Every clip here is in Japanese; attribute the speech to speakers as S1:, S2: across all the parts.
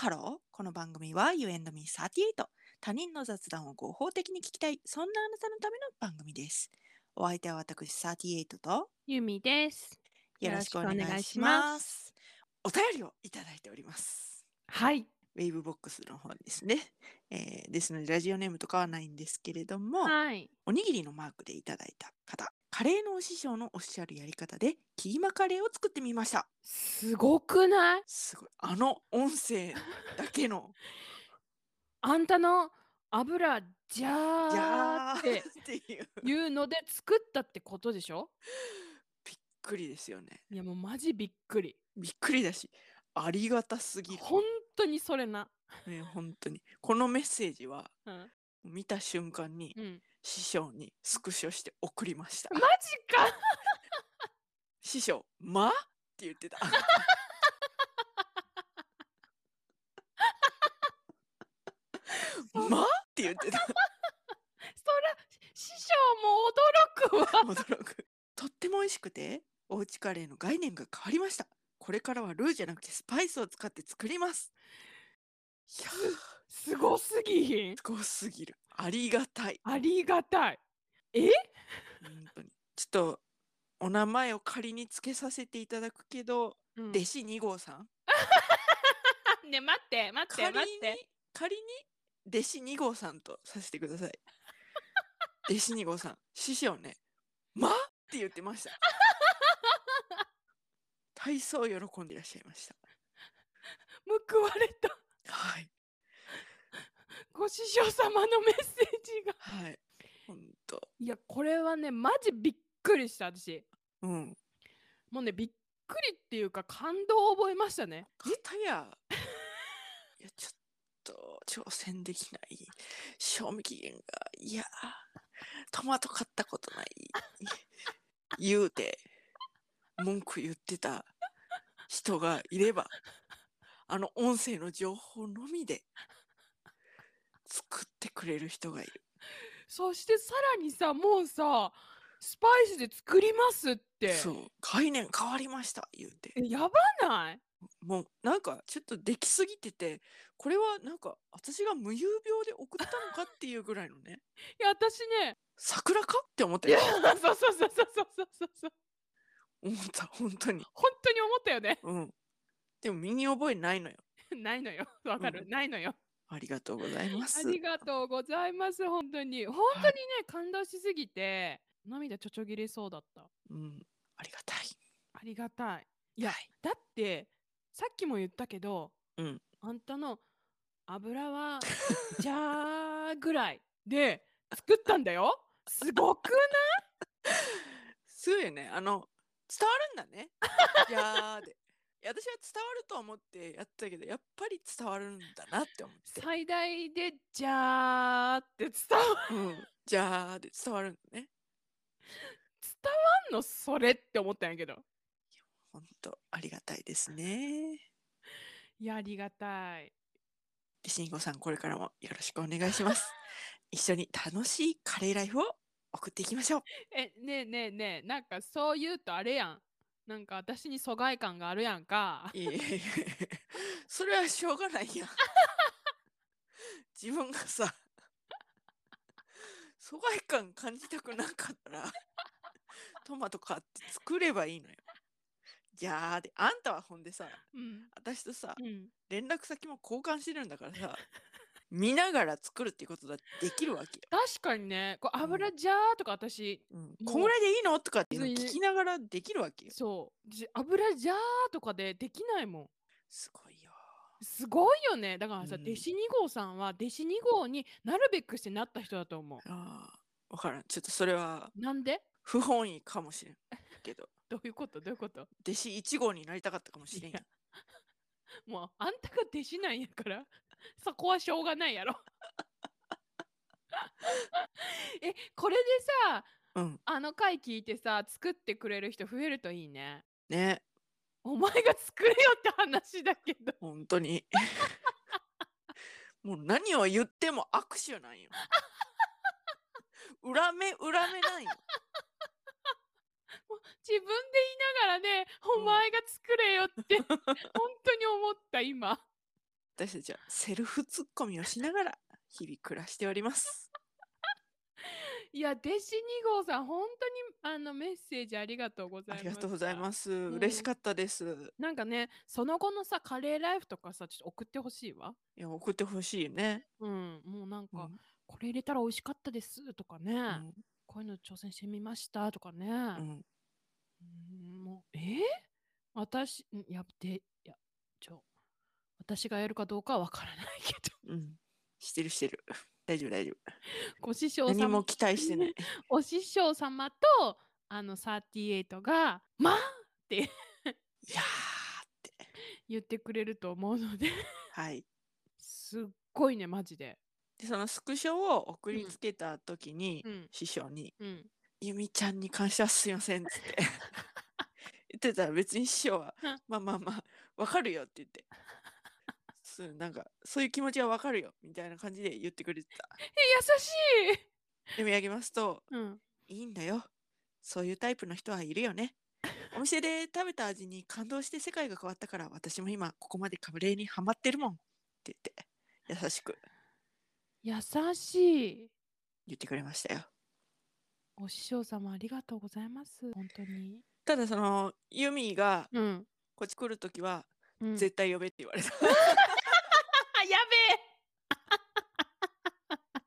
S1: ハローこの番組は You and me38 他人の雑談を合法的に聞きたいそんなあなたのための番組ですお相手は私38と
S2: ゆみです。
S1: よろしくお願いします
S2: よろしくお願いしま
S1: お便りをいただいております
S2: はい。
S1: ウェーブボックスの方ですね、えーですのでラジオネームとかはないんですけれども、
S2: はい。
S1: おにぎりのマークでいただいた方カレーのお師匠のおっしゃるやり方でキーマカレーを作ってみました
S2: すごくない
S1: すごいあの音声だけ の
S2: あんたの油じ
S1: い
S2: ゃ
S1: や
S2: ーっ
S1: ー
S2: て
S1: っていう
S2: いうので作ったってことでしょ
S1: びっくりですよね
S2: いやもうマジびっくり。
S1: びっくりだしありがたすぎる
S2: 本当にそれな。
S1: ね本当にこのメッセージは
S2: うん。
S1: 見た瞬間に
S2: うん、
S1: 師匠にスクショして送りました
S2: マジか
S1: 師匠「ま?」って言 ってたまって言ってた
S2: そら、師匠も驚くわ。
S1: 驚くとっても美味しくておうちカレーの概念が変わりましたこれからはルーじゃなくてスパイスを使って作りますいやーす
S2: すごすぎひん。
S1: ごすぎるありがたい
S2: ありがたい。
S1: 本当にちょっとお名前を仮につけさせていただくけど、
S2: うん
S1: 弟子2号さん
S2: あね、待って、待って、
S1: 仮に
S2: 待って。
S1: 仮に弟子2号さんとさせてくださ い弟子2号さん師匠ね「ま?」って言ってました 体操喜んでいらっしゃいました
S2: 報われた。
S1: はい
S2: ご師匠様のメッセージが。
S1: はい本当
S2: いや、これはね、マジびっくりした、私。
S1: うん
S2: もうねびっくりっていうか感動を覚えましたね。
S1: 片やいやちょっと挑戦できない賞味期限がいやトマト買ったことない言うて文句言ってた人がいればあの音声の情報のみで作ってくれる人がいる
S2: そしてさらにさもうさスパイスで作りますって
S1: そう概念変わりました言うて
S2: えやばない
S1: もうなんかちょっとできすぎててこれはなんか私が無遊病で送ったのかっていうぐらいのね
S2: いや私ね
S1: 桜かって思っ
S2: い
S1: た
S2: や
S1: よ
S2: そうそうそうそうそうそうそうそう
S1: 思った本当に
S2: 本当に思ったよね
S1: うんでも身に覚えないのよ
S2: ないのよわかる、
S1: う
S2: ないのよ
S1: ありがとうございま
S2: あ
S1: す
S2: りがとうございます本当に本当にね、感動しすぎて涙ちょちょぎれそうだった
S1: うんありがたい
S2: ありがたい
S1: いや
S2: だってさっきも言ったけど、
S1: うん
S2: あんたの 油はじゃーぐらいで作ったんだよすごく
S1: すごいよねあの伝わるんだね いやーでいや私は伝わると思ってやったけどやっぱり伝わるんだなって思って、
S2: 最大でじゃーって伝わん
S1: うん、じゃあで伝わるんだね
S2: 伝わんのそれって思ったんやけど
S1: 本当ありがたいですね
S2: いやありがたい
S1: でしんごさんこれからもよろしくお願いします一緒に楽しいカレーライフを送っていきましょう
S2: えねえねえねえなんかそう言うとあれやんなんか私に疎外感があるやんか
S1: いえいえいえ それはしょうがないやん自分がさ疎外感感じたくなかったらトマト買って作ればいいのよじゃあであんたはほんでさ
S2: うん
S1: 私とさ
S2: うん
S1: 連絡先も交換してるんだからさ見ながら作るっていうことだってできるわけよ、
S2: 確かにねこう
S1: うん
S2: 油じゃーとか私
S1: うん、こんぐらいでいいのとかっていうの聞きながらできるわけよ
S2: そうじ油じゃーとかでできないもん
S1: すごいよ
S2: すごいよねだからさ、
S1: うん
S2: 弟子2号さんは弟子2号になるべくしてなった人だと思う
S1: あーわからんちょっとそれは
S2: なんで
S1: 不本意かもしれんけど
S2: どういうことどういうこと
S1: 弟子1号になりたかったかもしれんやん
S2: いもうあんたが弟子なんやから そこはしょうがないやろ えこれでさ
S1: うん
S2: あの回聞いてさ作ってくれる人増えるといいね
S1: ね
S2: お前が作れよって話だけど
S1: 本当 にもう何を言っても握手なんよ裏目裏目なんよ
S2: 自分で言いながらねお前が作れよって本当に思った今
S1: 私たちはセルフツッコミをしながら日々暮らしております。
S2: いや、弟子2号さん、本当にあのメッセージありがとうござい
S1: あ
S2: ます。。
S1: りがとうございますす。
S2: ん
S1: 嬉しかったです。
S2: なんかね、その後のさ、カレーライフとかさ、ちょっと送ってほしいわ。
S1: いや送ってほしいね。
S2: うん、もうなん
S1: うん
S2: か、これ入れたら美味しかったですとかね、
S1: うん
S2: こういうの挑戦してみましたとかね。
S1: うん
S2: うんもうえー私んやっていやちょ私がやるかどう かはわからないけ
S1: うん。してるしてる。大丈夫大丈夫。
S2: どご師匠
S1: 何
S2: 様
S1: も期待してない。
S2: お師匠様とあの38が「まあ!」って
S1: いやー
S2: 言ってくれると思うので
S1: はい。
S2: すっごいねマジで。
S1: でそのスクショを送りつけた時に、
S2: うん
S1: 師匠に
S2: うん、
S1: 「ゆみちゃんに関してはすいません」っつって言 ってたら別に師匠は
S2: うん
S1: 「まあまあまあわかるよ」って言って。そうなんかそういう気持ちはわかるよみたいな感じで言ってくれてた。
S2: え優しい、
S1: 読み上げますと
S2: うん、
S1: いいんだよ。そういうタイプの人はいるよね。お店で食べた味に感動して世界が変わったから私も今ここまでカブレーにハマってるもんって言って優しく
S2: 優しい
S1: 言ってくれましたよ。
S2: お師匠様ありがとうございます本当に。
S1: ただそのユミが
S2: うん
S1: こっち来る時は
S2: うん、
S1: 絶対呼べって言われた。
S2: あやべえ やべ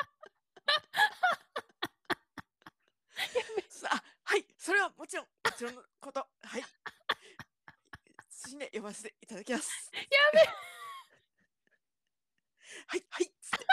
S2: え
S1: さあはいそれはもちろんもちろんのことはい。死んで呼ばせていただきます。やべはいはいっつって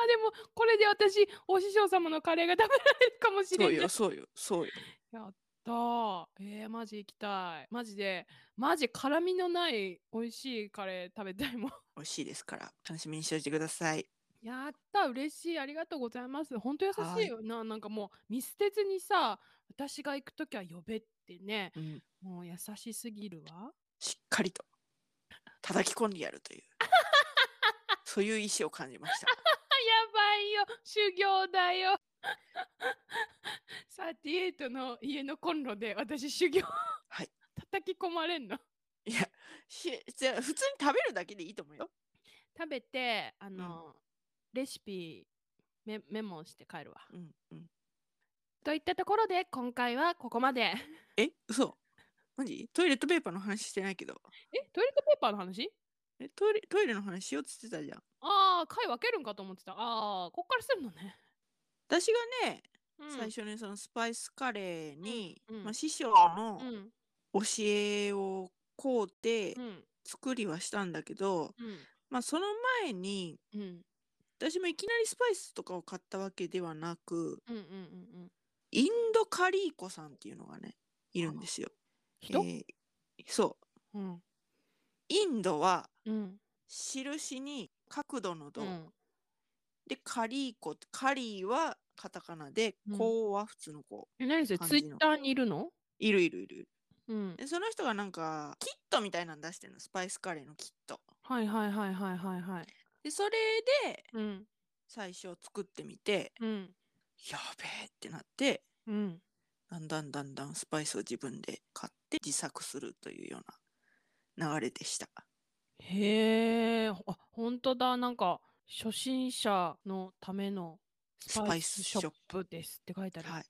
S2: あでもこれで私お師匠様のカレーが食べられるかもし
S1: そ
S2: れな
S1: う
S2: い。
S1: よそうよそうよ。
S2: やったーえー、マジ行きたい。マジでマジ辛みのない美味しいカレー食べたいもん。
S1: 美味しいですから楽しみにしておいてください。
S2: やった嬉しいありがとうございます。本当優
S1: は
S2: し
S1: い
S2: いよななんかもう見捨てずにさ私が行くときは呼べってね
S1: うん、
S2: もう優しすぎるわ。
S1: しっかりと叩き込んでやると いうそういう意志を感じました。
S2: あやばいよ修行だ よ。38の家のコンロで私修行
S1: はい
S2: 叩き込まれんの。
S1: いやしじゃあ普通に食べるだけでいいと思うよ。
S2: 食べてあの、レシピメメモして帰るわ。
S1: うんうん、
S2: といったところで今回はここま で。え
S1: え嘘マジトイレットペーパーの話してないけど
S2: トイレットペーパーの話
S1: えトイレトイレの話しようっつってたじゃん。
S2: ああ回分けるんかと思ってた。ああこっからするのね。
S1: 私がね、
S2: うん
S1: 最初にそのスパイスカレーに、
S2: うんうん
S1: まあ、師匠の
S2: うん
S1: 教えをこうて
S2: うん
S1: 作りはしたんだけど、
S2: うん
S1: まあその前に
S2: うん
S1: 私もいきなりスパイスとかを買ったわけではなく、
S2: うんうんうん
S1: インドカリーコさんっていうのがねいるんですよ。
S2: 人
S1: えーそう
S2: うん
S1: インドは
S2: うん
S1: 印に角度の度、
S2: うん
S1: でカリーコカリーはカタカナで
S2: うん
S1: コうは普通の子、
S2: え何それ
S1: 感
S2: ツイ
S1: じの
S2: ッターにいるの
S1: いるいるいる
S2: うん
S1: でその人がなんかキットみたいなの出してるのスパイスカレーのキット
S2: はいはいはいはいはいはい
S1: でそれで
S2: うん
S1: 最初作ってみて
S2: うん
S1: やべえってなって
S2: うん
S1: だんだんだんだんスパイスを自分で買って自作するというような流れでした
S2: へえ、ほあ、本当だ。なんか、初心者のためのス
S1: ス
S2: パ
S1: パ
S2: イ
S1: イ
S2: ス
S1: ス
S2: シ
S1: ショ
S2: ョッ
S1: ッ
S2: プですって書いてある。
S1: はい。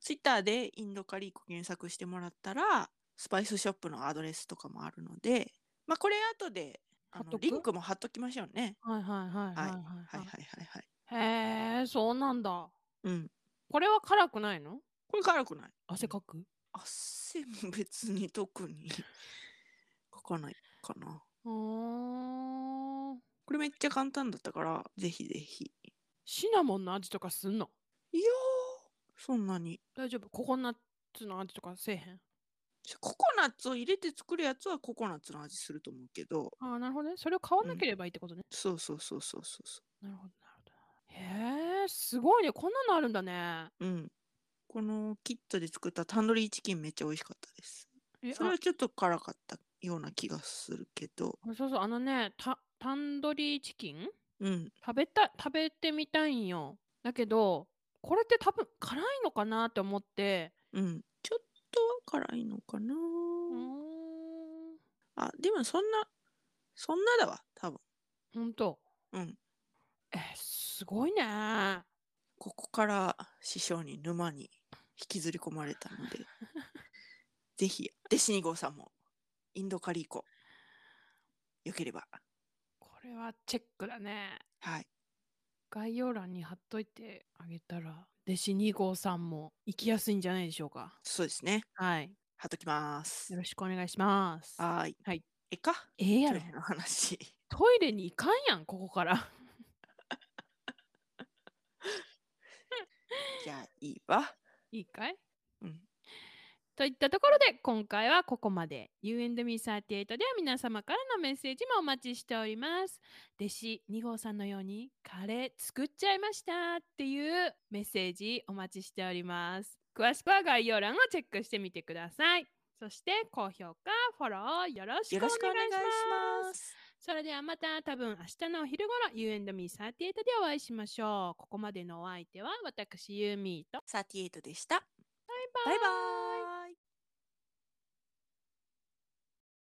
S1: ツイッターでインドカリーコ検索してもらったら、スパイスショップのアドレスとかもあるので、まあこれ後で、あ
S2: 貼っと
S1: の
S2: く
S1: リンクも貼っときましょうね。
S2: はいはいはいは
S1: はいい
S2: はい
S1: はいはいは
S2: は
S1: いはい。
S2: い。へえ、そうなんだ。
S1: うん。
S2: これは辛くないの
S1: これ辛くない
S2: 汗かく
S1: 汗も別に特に書かないかな。
S2: うーん。
S1: これめっちゃ簡単だったから、ぜひぜひ。
S2: シナモンの味とかすんの
S1: いやー、そんなに。
S2: 大丈夫ココナッツの味とかせえへん
S1: ココナッツを入れて作るやつはココナッツの味すると思うけど、
S2: ああ、なるほどね。それを買わな
S1: うん
S2: ければいいってことね。
S1: そうそうそうそうそうそ
S2: なるほどなるほど。へえ、すごいね。こんなのあるんだね。
S1: う。うん。このキットで作ったタンドリーチキンめっちゃ美味しかったです。
S2: え
S1: それはちょっと辛かったような気がするけど、
S2: あそうそう、あのね、タタンドリーチキン
S1: うん、
S2: 食べた食べてみたいんよだけどこれって多分辛いのかなって思って
S1: うん、ちょっとからいいのかな、
S2: うーん。
S1: あ、でもそんな、そんなだわ、多分。
S2: ほんと。
S1: うん。
S2: えー、すごいね。
S1: ここから師匠に沼に引きずり込まれたの で、ぜひ、弟子2号さんも、インドカリーコ、よければ。
S2: これはチェックだね。
S1: はい。
S2: 概要欄に貼っといてあげたら、弟子2号さんも行きやすいんじゃないでしょうか。
S1: そうですね。
S2: はい。
S1: 貼っときます
S2: よ。ろしくお願いします。
S1: はーい。
S2: はい。
S1: えっか
S2: ええや
S1: トイ
S2: ろ
S1: レ。の話。
S2: トイレに行かんやん、ここから。
S1: じゃあ、いいわ。
S2: いいかい
S1: うん。
S2: といったところで今回はここまで U&Me38 では皆様からのメッセージもお待ちしております弟子2号さんのようにカレー作っちゃいましたっていうメッセージお待ちしております詳しくは概要欄をチェックしてみてくださいそして高評価フォローよろし
S1: よ
S2: く
S1: ろ
S2: お願いし
S1: しくお願いし
S2: ま
S1: ま
S2: す
S1: す。
S2: それではまた多分明日のお昼ごろ U&Me38 でお会いしましょうここまでのお相手は私ユーミーと
S1: 38でした。
S2: バ
S1: バ
S2: イ
S1: イ
S2: バ
S1: バ
S2: イ
S1: イ。